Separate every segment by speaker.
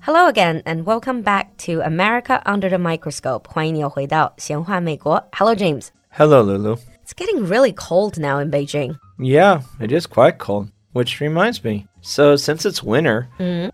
Speaker 1: Hello again and welcome back to America Under the Microscope. 欢迎你回到闲话美国. Hello, James.
Speaker 2: Hello, Lulu.
Speaker 1: It's getting really cold now in Beijing.
Speaker 2: Yeah, it is quite cold, which reminds me. So, since it's winter,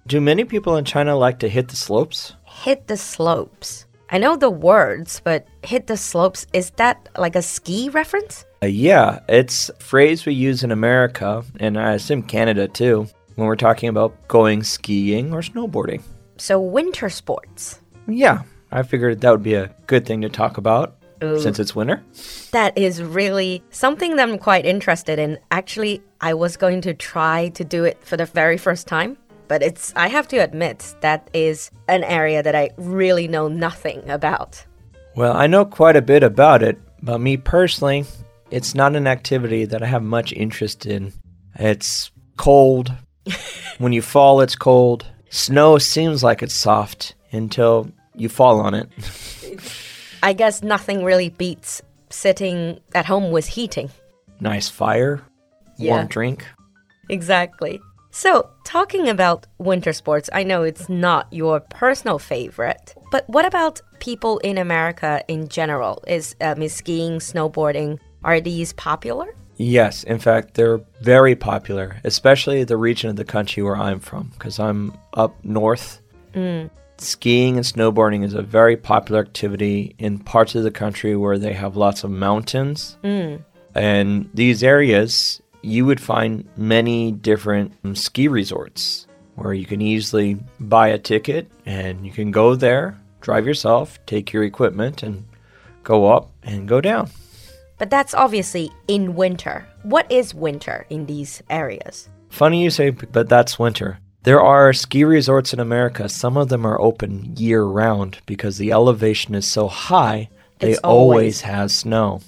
Speaker 2: do many people in China like to hit the slopes?
Speaker 1: Hit the slopes. I know the words, but hit the slopes, is that like a ski reference?
Speaker 2: Uh, yeah, it's a phrase we use in America, and I assume Canada too, when we're talking about going skiing or snowboarding.
Speaker 1: So, winter sports.
Speaker 2: Yeah, I figured that would be a good thing to talk about since it's winter.
Speaker 1: That is really something that I'm quite interested in. Actually, I was going to try to do it for the very first time, but it's I have to admit that is an area that I really know nothing about.
Speaker 2: Well, I know quite a bit about it, but me personally, it's not an activity that I have much interest in. It's cold. when you fall, it's cold. Snow seems like it's soft until you fall on it.
Speaker 1: I guess nothing really beats sitting at home with heating.
Speaker 2: nice fire,
Speaker 1: Yeah.
Speaker 2: warm drink.
Speaker 1: Exactly. So, talking about winter sports, I know it's not your personal favorite, but what about people in America in general? Is, um, is skiing, snowboarding, are these popular?
Speaker 2: Yes, in fact, they're very popular, especially the region of the country where I'm from, because I'm up north. Skiing and snowboarding is a very popular activity in parts of the country where they have lots of mountains. And these areas, you would find many different um, ski resorts where you can easily buy a ticket and you can go there, drive yourself, take your equipment, and go up and go down.
Speaker 1: But that's obviously in winter. What is winter in these areas?
Speaker 2: Funny you say, but that's winter. There are ski resorts in America. Some of them are open year round because the elevation is so high, they
Speaker 1: It's always-
Speaker 2: always have snow.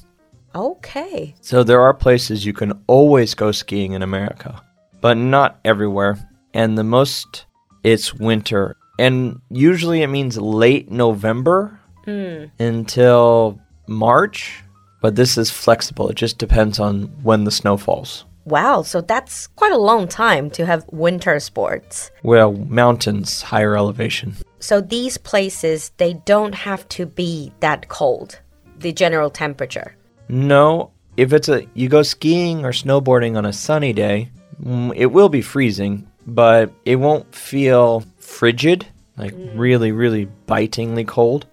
Speaker 1: Okay.
Speaker 2: So there are places you can always go skiing in America, but not everywhere. And the most, it's winter. And usually it means late November
Speaker 1: Hmm.
Speaker 2: until March, but this is flexible. It just depends on when the snow falls.
Speaker 1: Wow, so that's quite a long time to have winter sports.
Speaker 2: Well, mountains, higher elevation.
Speaker 1: So these places, they don't have to be that cold, the general temperature.
Speaker 2: No, if it's a you go skiing or snowboarding on a sunny day, mm, it will be freezing, but it won't feel frigid, like really really bitingly cold.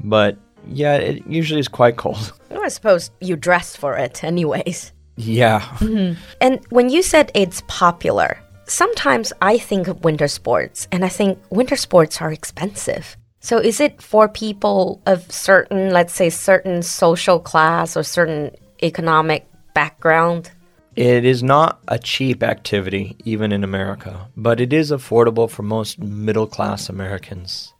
Speaker 2: But yeah, it usually is quite cold.
Speaker 1: I suppose you dress for it, anyways.
Speaker 2: Yeah.
Speaker 1: And when you said it's popular, sometimes I think of winter sports and I think winter sports are expensive. So is it for people of certain, let's say, certain social class or certain economic background?
Speaker 2: It is not a cheap activity, even in America, but it is affordable for most middle class Americans.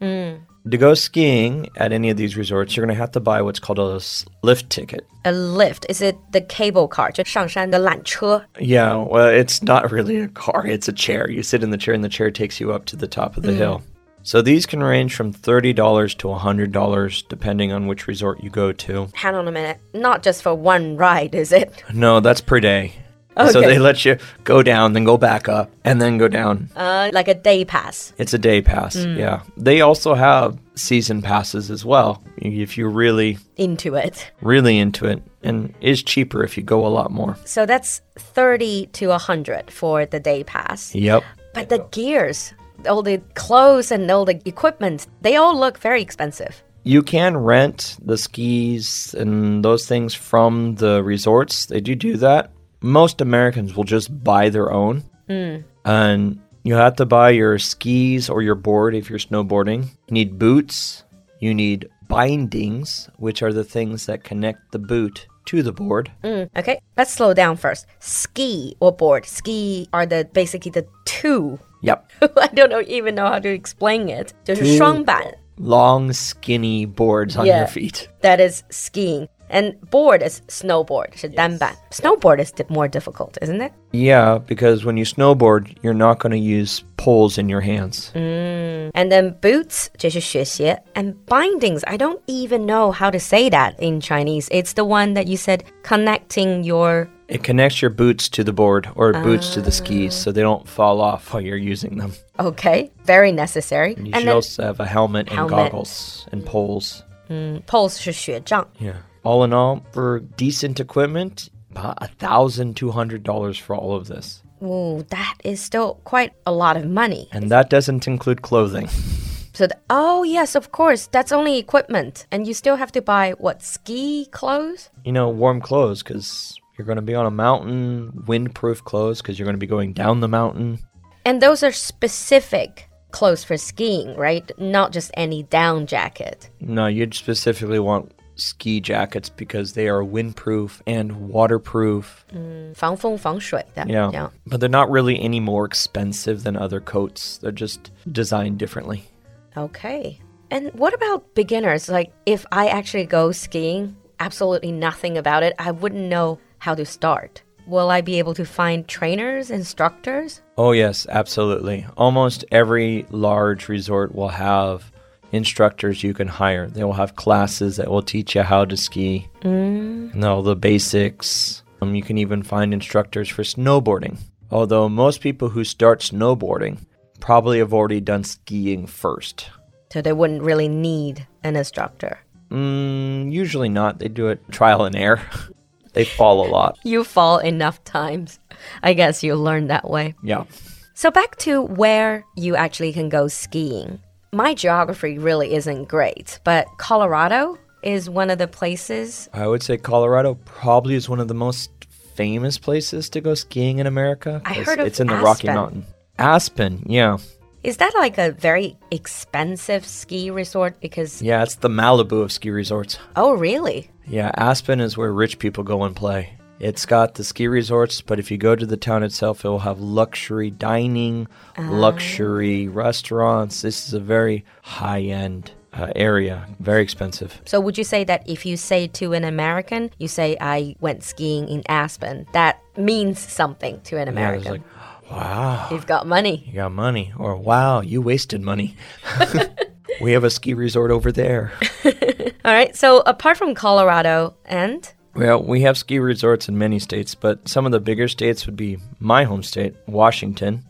Speaker 2: To go skiing at any of these resorts, you're going to have to buy what's called a s- lift ticket.
Speaker 1: A lift, is it the cable car? 就上山的缆车?
Speaker 2: Yeah, well, it's not really a car, it's a chair. You sit in the chair, and the chair takes you up to the top of the hill. So these can range from $30 to $100, depending on which resort you go to.
Speaker 1: Hang on a minute. Not just for one ride, is it?
Speaker 2: No, that's per day. So
Speaker 1: Okay.
Speaker 2: they let you go down, then go back up, and then go down.
Speaker 1: Uh, like a day pass.
Speaker 2: It's a day pass. Yeah. They also have season passes as well if you're really,
Speaker 1: Into it.
Speaker 2: really into it and is cheaper if you go a lot more.
Speaker 1: So that's 30 to 100 for the day pass.
Speaker 2: Yep.
Speaker 1: But the gears, all the clothes and all the equipment, they all look very expensive.
Speaker 2: You can rent the skis and those things from the resorts. They do do that. Most Americans will just buy their own. And you have to buy your skis or your board if you're snowboarding. You need boots. You need bindings, which are the things that connect the boot to the board.
Speaker 1: Mm, okay, let's slow down first. Ski or board. Ski are the basically the two.
Speaker 2: Yep.
Speaker 1: I don't know, even know how to explain it. 就是双板,
Speaker 2: long, skinny boards on
Speaker 1: Yeah.
Speaker 2: your feet.
Speaker 1: that is skiing. And board is snowboard. 是单板. Snowboard is di- more difficult, isn't it?
Speaker 2: Yeah, because when you snowboard, you're not going to use poles in your hands.
Speaker 1: And then boots, 这是雪鞋, and bindings. I don't even know how to say that in Chinese. It's the one that you said connecting your
Speaker 2: It connects your boots to the board or boots to the skis so they don't fall off while you're using them.
Speaker 1: Okay, very necessary.
Speaker 2: And you
Speaker 1: and
Speaker 2: should
Speaker 1: then
Speaker 2: also have a helmet,
Speaker 1: Helmet.
Speaker 2: and goggles and poles.
Speaker 1: poles 是雪杖.
Speaker 2: Yeah. All in all, for decent equipment, about $1,200 for all of this.
Speaker 1: Ooh, that is still quite a lot of money.
Speaker 2: And that doesn't include clothing.
Speaker 1: So, th- oh yes, of course, that's only equipment, and you still have to buy what ski clothes.
Speaker 2: You know, warm clothes because you're going to be on a mountain, windproof clothes because you're going to be going down the mountain.
Speaker 1: And those are specific clothes for skiing, right? Not just any down jacket.
Speaker 2: No, you'd specifically want ski jackets because they are windproof and waterproof.
Speaker 1: 防风防水的,
Speaker 2: Yeah. But they're not really any more expensive than other coats. They're just designed differently.
Speaker 1: Okay. And what about beginners? Like, if I actually go skiing, absolutely nothing about it, I wouldn't know how to start. Will I be able to find trainers, instructors?
Speaker 2: Oh, yes, absolutely. Almost every large resort will have instructors you can hire. They will have classes that will teach you how to ski and all the basics. Um, you can even find instructors for snowboarding. Although most people who start snowboarding probably have already done skiing first.
Speaker 1: So they wouldn't really need an instructor.
Speaker 2: Mm, usually not. They do it trial and error. they fall a lot.
Speaker 1: You fall enough times. I guess you learn that way.
Speaker 2: Yeah.
Speaker 1: So, back to where you actually can go skiing. My geography really isn't great, but Colorado is one of the places.
Speaker 2: I would say Colorado probably is one of the most famous places to go skiing in America.
Speaker 1: I
Speaker 2: 'cause
Speaker 1: heard of
Speaker 2: it's in the Rocky
Speaker 1: Aspen.
Speaker 2: Mountain. Aspen, yeah.
Speaker 1: Is that like a very expensive ski resort? Because,
Speaker 2: Yeah, it's the Malibu of ski resorts.
Speaker 1: oh, really?
Speaker 2: Yeah, Aspen is where rich people go and play. It's got the ski resorts, but if you go to the town itself, it will have luxury dining,
Speaker 1: Uh-huh.
Speaker 2: luxury restaurants. This is a very high end uh, area, very expensive.
Speaker 1: So, would you say that if you say to an American, you say, I went skiing in Aspen, that means something to an
Speaker 2: Yeah, it's
Speaker 1: American?
Speaker 2: like, wow.
Speaker 1: You've got money.
Speaker 2: You got money, or wow, you wasted money. we have a ski resort over there.
Speaker 1: All right. So, apart from Colorado and
Speaker 2: Well, we have ski resorts in many states, but some of the bigger states would be my home state, Washington.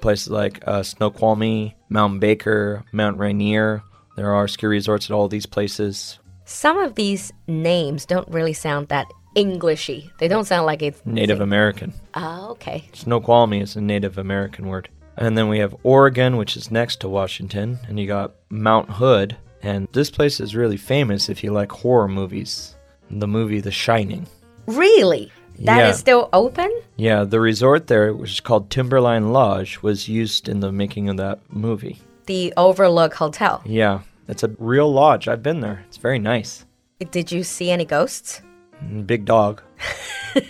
Speaker 2: Places like uh, Snoqualmie, Mount Baker, Mount Rainier. There are ski resorts at all these places.
Speaker 1: some of these names don't really sound that Englishy. They don't sound like it's
Speaker 2: Native American.
Speaker 1: Oh, okay.
Speaker 2: Snoqualmie is a Native American word. And then we have Oregon, which is next to Washington, and you got Mount Hood. And this place is really famous if you like horror movies. The movie The Shining.
Speaker 1: Really? That is
Speaker 2: Yeah.
Speaker 1: still open?
Speaker 2: Yeah, the resort there, which is called Timberline Lodge, was used in the making of that movie.
Speaker 1: The Overlook Hotel.
Speaker 2: Yeah, it's a real lodge. I've been there. It's very nice.
Speaker 1: Did you see any ghosts?
Speaker 2: And Big dog.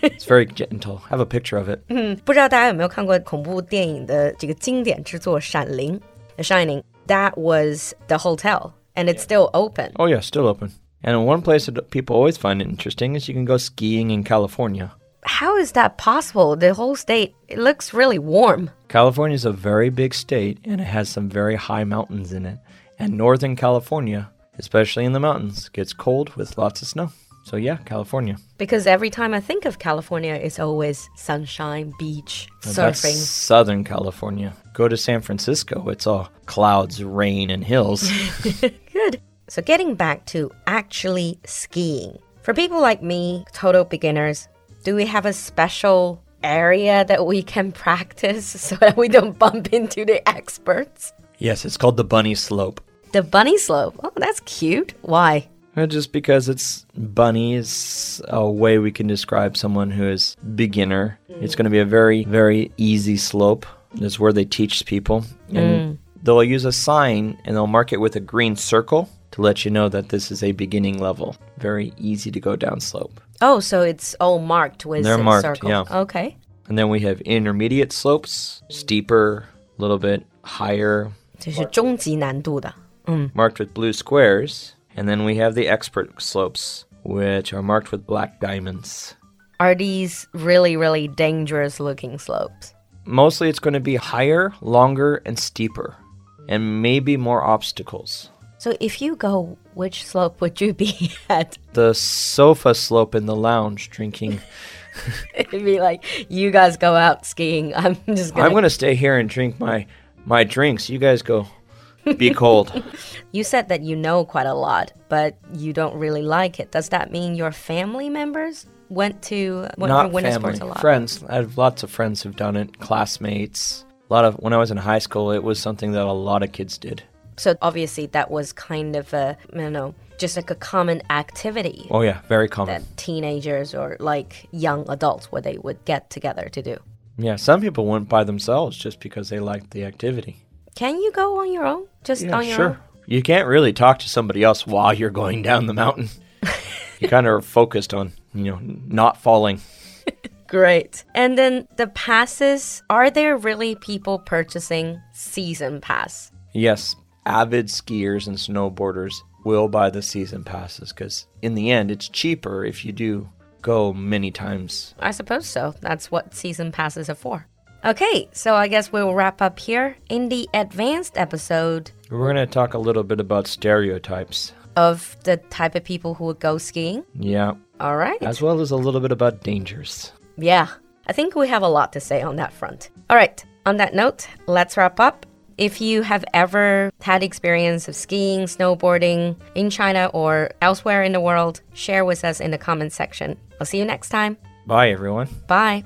Speaker 2: it's very gentle. I have a picture of it.
Speaker 1: 不知道大家有没有看过恐怖电影的这个经典之作《闪灵》The Shining. That was the hotel and it's still open.
Speaker 2: Oh, yeah, still open. And one place that people always find it interesting is you can go skiing in California.
Speaker 1: How is that possible? The whole state it looks really warm.
Speaker 2: California is a very big state and it has some very high mountains in it. And Northern California, especially in the mountains, gets cold with lots of snow. So, yeah, California.
Speaker 1: Because every time I think of California, it's always sunshine, beach,
Speaker 2: Now, that's
Speaker 1: surfing.
Speaker 2: Southern California. Go to San Francisco, it's all clouds, rain, and hills.
Speaker 1: Good. So, getting back to actually skiing. For people like me, total beginners, do we have a special area that we can practice so that we don't bump into the experts?
Speaker 2: yes, it's called the Bunny Slope.
Speaker 1: The bunny slope. Oh, that's cute. Why?
Speaker 2: Uh, Just because it's bunny is a way we can describe someone who is beginner. It's going to be a very, very easy slope. It's where they teach people. And they'll use a sign and they'll mark it with a green circle to let you know that this is a beginning level. Very easy to go down slope.
Speaker 1: Oh, so it's all marked with
Speaker 2: They're
Speaker 1: a
Speaker 2: marked,
Speaker 1: circle.
Speaker 2: yeah.
Speaker 1: Okay.
Speaker 2: And then we have intermediate slopes, steeper, a little bit higher,
Speaker 1: 这是终极难度的。
Speaker 2: marked with blue squares. And then we have the expert slopes, which are marked with black diamonds.
Speaker 1: Are these really, really dangerous looking slopes?
Speaker 2: Mostly it's going to be higher, longer, and steeper, and maybe more obstacles.
Speaker 1: So, if you go, which slope would you be at?
Speaker 2: The sofa slope in the lounge drinking
Speaker 1: It'd be like, you guys go out skiing. I'm just
Speaker 2: I'm
Speaker 1: going to.
Speaker 2: gonna stay here and drink my my drinks. You guys go be cold.
Speaker 1: You said that you know quite a lot, but you don't really like it. Does that mean your family members went to went
Speaker 2: Not
Speaker 1: for winter
Speaker 2: family,
Speaker 1: sports a lot?
Speaker 2: friends. I have lots of friends who've done it. Classmates. A lot of when I was in high school, it was something that a lot of kids did.
Speaker 1: So obviously that was kind of a, I don't know, just like a common activity
Speaker 2: Oh yeah, very common.
Speaker 1: that teenagers or like young adults where they would get together to do.
Speaker 2: Yeah, some people went by themselves just because they liked the activity.
Speaker 1: Can you go on your own? Just
Speaker 2: Yeah,
Speaker 1: on your own?
Speaker 2: sure. You can't really talk to somebody else while you're going down the mountain. you kind of are focused on, you know, not falling.
Speaker 1: Great. And then the passes, are there really people purchasing season pass?
Speaker 2: Yes, avid skiers and snowboarders will buy the season passes because in the end, it's cheaper if you do go many times.
Speaker 1: I suppose so. That's what season passes are for. Okay, so I guess we'll wrap up here. In the advanced episode
Speaker 2: We're going to talk a little bit about stereotypes.
Speaker 1: of the type of people who would go skiing.
Speaker 2: Yeah,
Speaker 1: All right.
Speaker 2: as well as a little bit about dangers.
Speaker 1: Yeah, I think we have a lot to say on that front. All right, on that note, let's wrap up. If you have ever had experience of skiing, snowboarding in China or elsewhere in the world, share with us in the comment section. I'll see you next time.
Speaker 2: Bye, everyone.
Speaker 1: Bye.